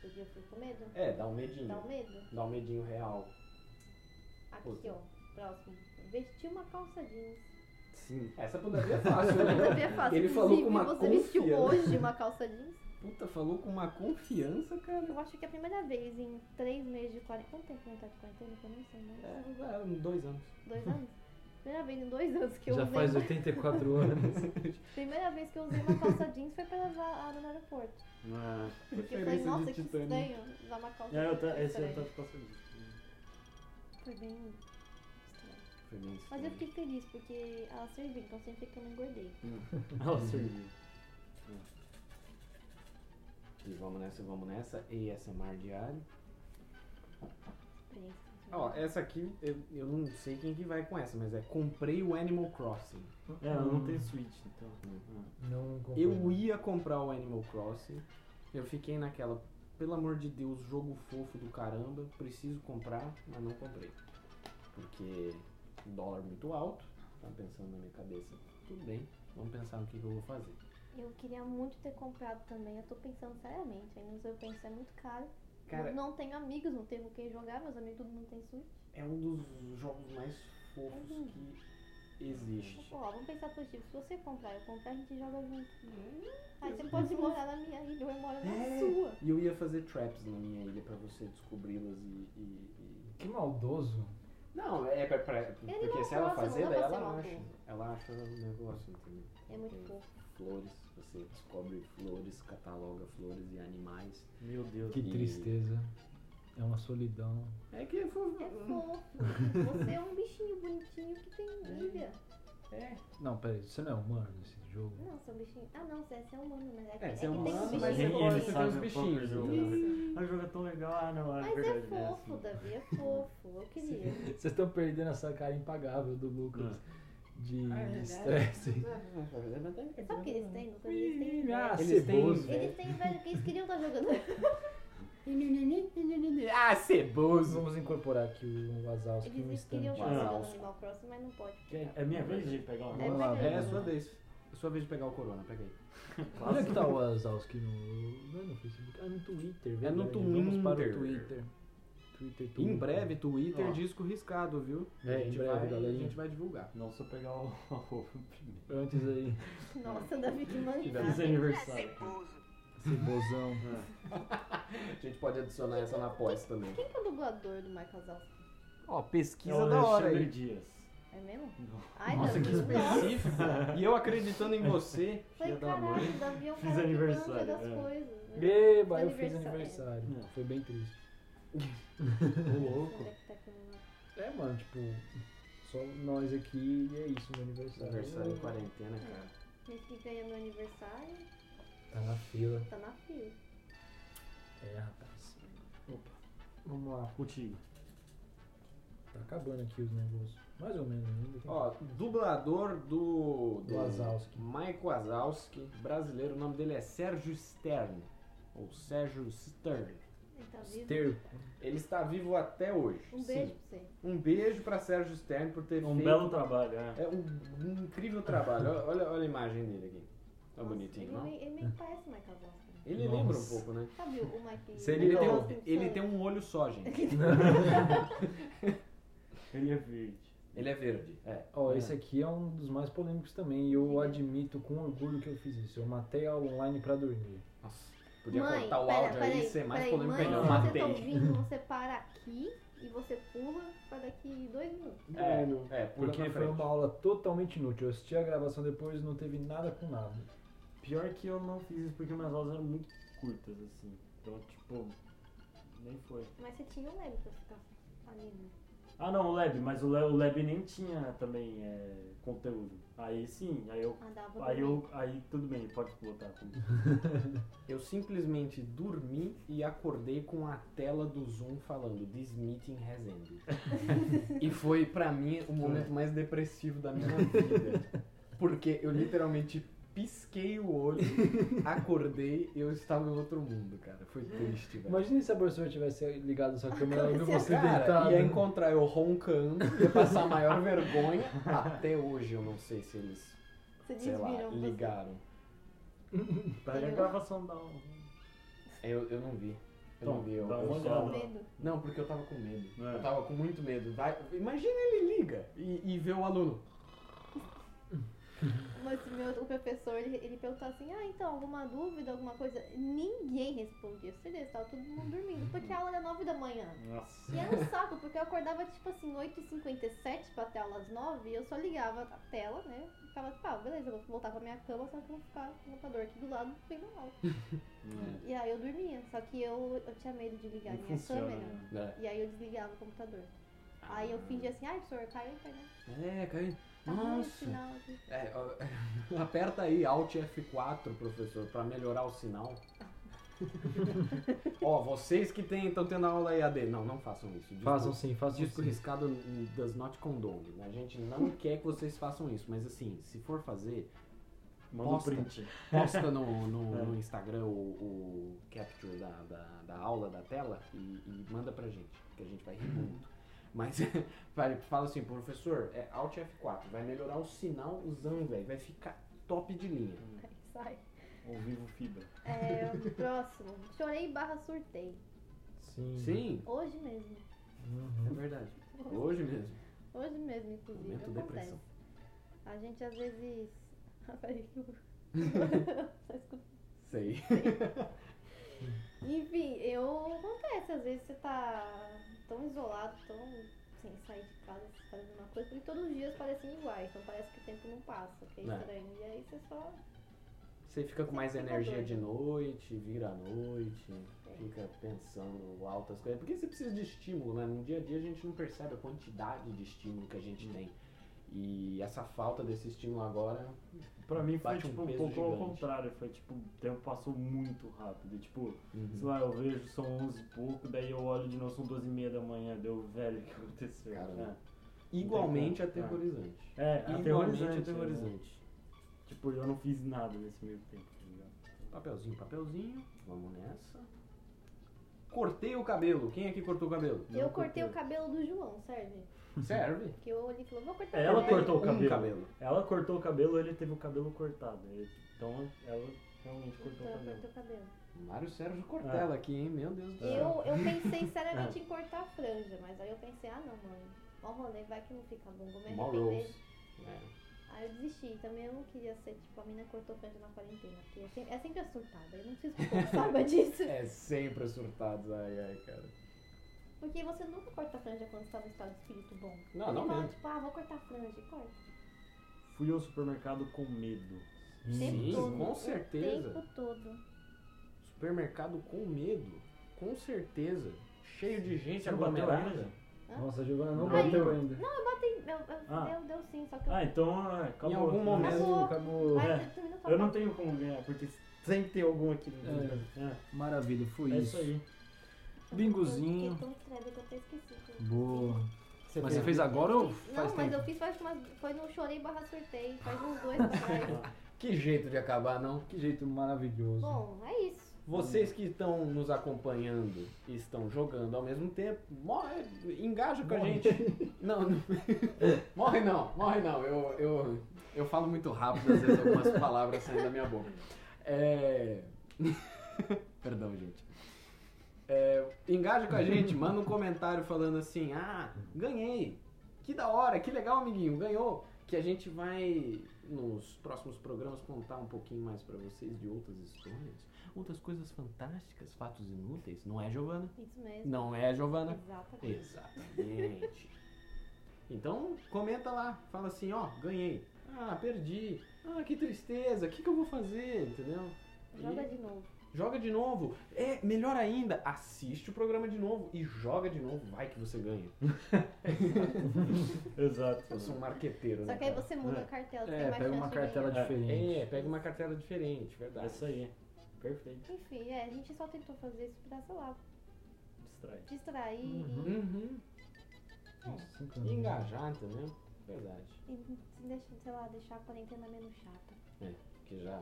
Porque eu fui com medo.
é, dá um medinho.
Dá um medo.
Dá um medinho real.
Aqui,
Puta.
ó, próximo. Vestir uma calça jeans.
Sim.
Essa poderia ser fácil, né?
Você fácil.
Ele falou com uma
você vestiu
confiança.
hoje uma calça jeans?
Puta, falou com uma confiança, cara.
Eu acho que é a primeira vez em três meses de quarentena. Quanto tempo não tá de quarentena? que Eu nem sei, né?
É, vai, dois anos.
Dois anos? Primeira vez em dois anos que eu
Já
usei.
faz
uma-
84 anos.
Primeira vez que eu usei uma calça jeans foi pra levar ela no aeroporto.
Ah,
Porque eu falei, nossa, que estranho usar uma calça
é, eu
jeans. foi
tá, esse eu
estranho.
tava passando.
Foi bem estranho.
Foi bem
Mas eu
estranho.
fiquei feliz porque ela serviu, então
Ah,
sempre que eu não engordei.
Ela serviu.
E vamos nessa, vamos nessa. ASMR diário.
Pensa.
Ó, é- essa aqui, eu, eu não sei quem que vai com essa, mas é comprei o Animal Crossing.
É, eu não tenho Switch, então.
Não comprei.
Eu ia comprar o Animal Crossing, eu fiquei naquela, pelo amor de Deus, jogo fofo do caramba, preciso comprar, mas não comprei. Porque dólar muito alto, tá pensando na minha cabeça, tudo bem, vamos pensar no que, que eu vou fazer.
Eu queria muito ter comprado também. Eu tô pensando seriamente. Ainda eu penso, é muito caro.
Cara,
não não tenho amigos, não tenho com quem jogar. Meus amigos todo mundo tem Switch.
é um dos jogos mais fofos
Uhum.
que existe.
Pô, Tipo, ó, vamos pensar positivo. Se você comprar, eu comprar, a gente joga junto. Aí você pode morar na minha ilha, eu moro na
É.
sua.
E eu ia fazer traps na minha ilha pra você descobri-las e- e- e
Que maldoso.
Não, é pra, pra-
não
porque se ela
gosta, não
fazer,
dá
daí
pra ser
ela
uma
acha.
boa.
Ela acha o negócio, entendeu?
É muito
Tem
fofo.
Flores, você descobre flores, cataloga flores e animais.
Meu Deus.
Que
E-
tristeza. É uma solidão.
É que é fofo. Uhum.
É fofo. Você é um bichinho bonitinho que tem ilha.
É.
Não, peraí, você não é humano nesse jogo?
Não, seu bichinho. Ah, não, você você é humano, mas é que,
É, você é
que tem
humano,
bichinho.
mas você
Ele
gosta
sabe
de ver os
o
bichinhos.
poker
entendeu?
Ah, o jogo é tão legal. Ah, não,
Hum.
é
Mas é
verdade. é
fofo,
assim.
Davi, é fofo. Eu queria.
Vocês estão perdendo essa cara impagável do Lucas de
Ah,
né?
é
estresse.
verdade.
Sabe o que eles têm, Lucas? Eles têm
Ah,
inveja.
Eles têm
ceboso.
inveja.
Eles têm inveja porque eles queriam estar jogando.
Ah, ceboso!
Vamos incorporar aqui o Wazowski um
Eles
instante.
queriam estar
Não.
jogando Animal Crossing, mas não pode.
Que- É minha vez de pegar uma
É
Vamos
bola?
lá,
verdade.
É
vamos
a
lá.
sua vez. É sua vez de pegar o corona, pega aí.
Onde é que tá o Wazowski no. Não é no Facebook, é no Twitter.
É no
verdade. Vamos para o
Twitter.
Twitter. Twitter, Twitter.
Em breve, Twitter,
Ó.
disco riscado, viu?
É,
A
em
gente
breve,
vai-
galerinha.
A gente vai divulgar.
Não, se eu pegar o ovo primeiro.
Antes aí,
Nossa, Davi, que
Feliz
manjado.
aniversário.
cebosão.
A gente pode adicionar essa na pós também.
Quem que é o dublador do Michael Zalf?
Ó,
É
pesquisa
o
da hora
Alexandre
aí.
Dias.
É mesmo?
Não.
Ai,
Nossa, que
Davi,
específico. E eu acreditando em você, filha
Foi
da mãe.
caralho, Davi é um
Fiz
cara que manja
aniversário,
das
é.
coisas. né?
Eba, eu fiz
Aniversário.
aniversário. Foi bem triste.
Ô,
Deixa eu
louco.
ver o que tá aqui no-
É, mano, tipo, só nós aqui e é isso, meu aniversário.
Aniversário em quarentena, cara.
Esse que ganha meu aniversário
Tá na fila.
tá na fila.
É, rapaz.
Opa,
Vamos lá.
contigo.
Tá acabando aqui os negócios. Mais ou menos ainda. Tem...
Ó, dublador do.
Do Wazowski.
Mike Wazowski, brasileiro, o nome dele é Sérgio Stern. Ou Sérgio Stern.
Ele tá vivo.
esterco.
Ele está vivo até hoje.
Um beijo
Sim.
pra você.
Um beijo pra Sérgio Stern por ter
Um
feito.
belo trabalho, é.
É um, um incrível trabalho. Olha, olha- olha a imagem dele aqui. Tá
Nossa,
bonitinho,
ele,
não?
meio- Ele meio que parece o Michael Zalf. né?
Ele
Nossa.
lembra um pouco, né?
Sabe o Michael
Se ele
Ele tem,
tem
um, ele tem um olho só, gente.
Ele é verde.
Ele é verde. É.
Ó,
É.
esse aqui é um dos mais polêmicos também. E eu admito com orgulho que eu fiz isso. Eu matei a online pra dormir.
Nossa, podia
mãe,
cortar o
pera,
áudio
pera
aí e
aí,
ser mais
pera aí,
polêmico
mãe,
ainda. Eu
se Você tá
matei.
ouvindo, você para aqui e você pula pra daqui dois minutos.
Mano,
É, é,
Porque
porque
foi um uma aula totalmente inútil. Eu assisti a gravação depois e não teve nada com nada.
Pior que eu não fiz isso porque minhas aulas eram muito curtas, assim. Então, tipo, nem foi.
Mas você tinha um leve pra ficar ali, né?
Ah, não, o Lab, mas o Le- o Lab, nem tinha também é, conteúdo. Aí sim, aí eu.
Andava
Aí
dormindo.
eu. Aí tudo bem, pode botar como.
eu simplesmente dormi e acordei com a tela do Zoom falando This meeting has ended. e foi, pra mim, o
É.
momento mais depressivo da minha vida. Porque eu literalmente pisquei o olho, acordei e eu estava em outro mundo, cara. Foi triste, velho.
Imagina se a professora tivesse ligado a sua câmera e viu você
Cara,
tá,
é
deitado.
né?
ia encontrar eu roncando, ia passar a maior vergonha. Até hoje eu não sei se eles,
Você
sei lá,
desviram você.
ligaram.
Pega a gravação da aula.
Eu, eu não vi. Eu
Então,
não vi. Eu,
dá
eu
uma
só-
olhada.
Com medo.
Não, porque eu tava com medo.
É.
Eu tava com muito medo. Vai, imagina ele liga e, e vê o aluno.
Mas o meu, o professor, ele, ele perguntou assim, ah, então, alguma dúvida, alguma coisa? Ninguém respondia. Certeza, tava todo mundo dormindo. Porque a aula era nove da manhã.
Nossa.
E era um saco, porque eu acordava tipo assim, 8h57 pra até aulas 9 e eu só ligava a tela, né? E Ficava tipo, ah, beleza, eu vou voltar pra minha cama, só que eu vou ficar com o computador aqui do lado, bem normal.
É.
E aí eu dormia, só que eu, eu tinha medo de ligar a
Não
minha
funciona.
câmera.
né?
É,
E aí eu desligava o computador. Aí eu fingia assim, ai, professor, caiu a internet.
é caiu.
Tá ruim o
Nossa.
sinal aqui.
É, ó, aperta aí Alt F4, professor, pra melhorar o sinal. Ó, vocês que estão tendo aula EAD, não, não façam isso. Disco-
Façam sim, façam
Disco
sim.
riscado does not condone. A gente não quer que vocês façam isso, mas assim, se for fazer,
Manda um
Posta.
print.
posta no, no-
É.
no Instagram o, o capture da, da, da aula da tela e, e manda pra gente, que a gente vai rir muito. Mas vai, fala assim, professor, é Alt F4, vai melhorar o sinal usando, velho, vai ficar top de linha.
Sai.
Ao vivo fibra.
É, o próximo. Chorei barra surtei.
Sim.
Sim,
Hoje mesmo.
é
Uhum.
verdade. Hoje mesmo.
Hoje mesmo, inclusive.
Momento
acontece.
depressão.
A gente às vezes. Ah, Peraí que eu- Só escutei.
Sei.
Enfim, eu acontece, às vezes você tá tão isolado, tão sem sair de casa, fazendo uma coisa, porque todos os dias parecem iguais, então parece que o tempo não passa, o que é
Né.
estranho. E aí você só.
Você fica com mais
Você fica
energia
doido.
de noite, vira à noite, fica pensando altas coisas. Porque você precisa de estímulo, né? No dia a dia a gente não percebe a quantidade de estímulo que a
Uhum.
gente tem. E essa falta desse estímulo agora.
Pra mim foi
Bate um
tipo, um
peso
pouco ao
gigante.
contrário. Foi tipo, o tempo passou muito rápido. e, Tipo,
Uhum.
sei lá, eu vejo, são 11 e pouco, daí eu olho de novo, são 12 e meia da manhã. Deu velho o que aconteceu.
Caramba.
né?
Igualmente
Não tem como.
aterrorizante.
É,
Igualmente
aterrorizante. né?
aterrorizante.
Tipo, eu não fiz nada nesse meio tempo, tá ligado?
Papelzinho, papelzinho. Vamos nessa. Cortei o cabelo. Quem aqui cortou o cabelo?
Não
eu cortei
cortou.
o cabelo do João, serve?
Serve.
Porque eu olhei e falei, vou cortar
Ela
o cabelo.
cortou o
Um
cabelo.
cabelo.
Ela cortou o cabelo, ele teve o cabelo cortado. Ele- Então ela realmente cortou
Então
o
eu
cabelo.
cortei o cabelo.
Mário Sérgio Cortella
Ah.
aqui, hein? Meu Deus do céu.
Eu, eu pensei seriamente em cortar a franja, mas aí eu pensei, ah não, mano, ó rolê, vai que não fica bom, vou me arrepender.
Morals. É.
Aí eu desisti, também eu não queria ser, tipo, a mina cortou franja na quarentena, porque é sempre, é sempre a surtada, eu não preciso que o povo saiba disso.
É sempre surtados, ai, ai, cara.
Porque você nunca corta a franja quando você tá no estado de espírito bom.
Não, não
você fala,
mesmo.
tipo, ah, vou cortar a franja, e corta.
Fui ao supermercado com medo.
O tempo
Sim,
todo.
com
o
certeza.
tempo todo.
Supermercado com medo, com certeza. Cheio de gente
Você não bateu
aglomerada.
ainda?
Nossa, a Giovana não
Não.
bateu ainda.
Tem- eu- eu-
Ah.
Deu, deu sim, só que eu...
Ah, então é, acabou.
algum momento-
Acabou.
Acabou, acabou.
Mas
É.
eu também não tô
Eu não
com-
tenho como ganhar, porque sempre tem algum aqui no É,
Maravilha, foi
é isso
isso.
aí.
Bingozinho.
Eu fiquei tão estrada que eu até esqueci.
Boa.
Você
Mas
tem
você fez
algum-
agora ou
Não,
faz
mas
tempo?
eu fiz faz umas. Foi no chorei barra sorteio, faz uns dois pra trás.
Que jeito de acabar, não?
Que jeito maravilhoso.
Bom, é isso.
Vocês que estão nos acompanhando e estão jogando ao mesmo tempo, morre, engaja com a
Morre.
gente. Não, não. morre não, morre não. Eu, eu, eu falo muito rápido, às vezes algumas palavras saem da minha boca. É... Perdão, gente. É, engaja com a gente, manda um comentário falando assim, ah, ganhei. Que da hora, que legal, amiguinho, ganhou. Que a gente vai, nos próximos programas, contar um pouquinho mais pra vocês de outras histórias. Outras coisas fantásticas, fatos inúteis. Não é, Giovana?
Isso mesmo.
Não é, Giovana?
Exatamente.
Exatamente. Então, comenta lá. Fala assim, ó, ganhei. Ah, perdi. Ah, que tristeza. O que, que eu vou fazer? Entendeu?
Joga
E
de novo.
joga de novo. É, melhor ainda, assiste o programa de novo e joga de novo. Vai que você ganha.
Exato.
Eu sou um marqueteiro,
Só
né?
que aí
cara?
você muda
É.
a cartela, tem
É,
mais
pega
chance
uma
de
cartela
ganhar.
ganhar.
diferente.
É, pega uma cartela diferente,
É
verdade.
isso aí. Perfeito.
Enfim, é, a gente só tentou fazer isso pra, sei lá,
Distrai.
distrair
Uhum.
Uhum.
Cinco
E
anos.
engajar, entendeu? Verdade.
e, e se deixa, sei lá, deixar a quarentena menos chata.
que já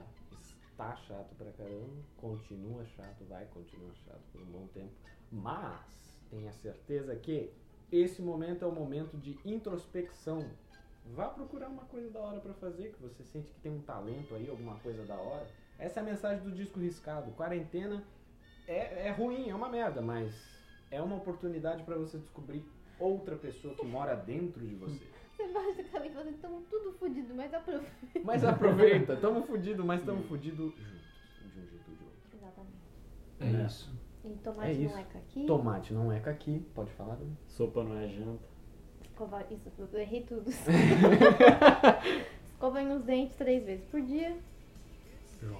está chato pra caramba, continua chato, vai continuar chato por um bom tempo, mas tenha certeza que esse momento é o momento de introspecção. Vá procurar uma coisa da hora pra fazer, que você sente que tem um talento aí, alguma coisa da hora. Essa é a mensagem do disco riscado. Quarentena é, é ruim, é uma merda, mas é uma oportunidade pra você descobrir outra pessoa que mora dentro de você.
Você basicamente vocês estão tudo fodido, mas aproveita.
Mas aproveita, tamo fudido, mas tamo fudido juntos, de um jeito ou de outro.
Exatamente.
É isso.
E tomate
É isso.
não é caqui.
Tomate não é caqui, pode falar? Dudu?
Sopa não é janta.
Escovar, isso, eu errei tudo. Escovem os dentes três vezes por dia.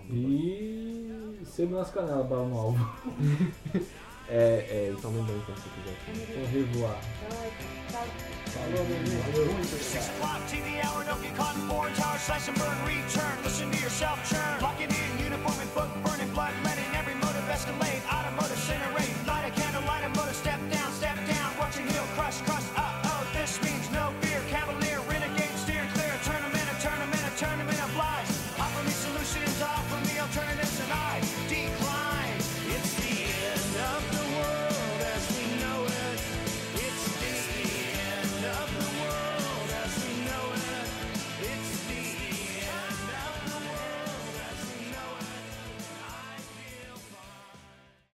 E sendo nosso canal, Balmo Alvo.
É, é, então não dá então se quiser.
Vou revoar.
Então, é Tchau.
Falou, meu irmão.
Six o'clock, TV hour, don't get caught in four tower, slash and burn, return. Listen to yourself churn. Locking in, uniform and book, burning blood, letting uh, oh,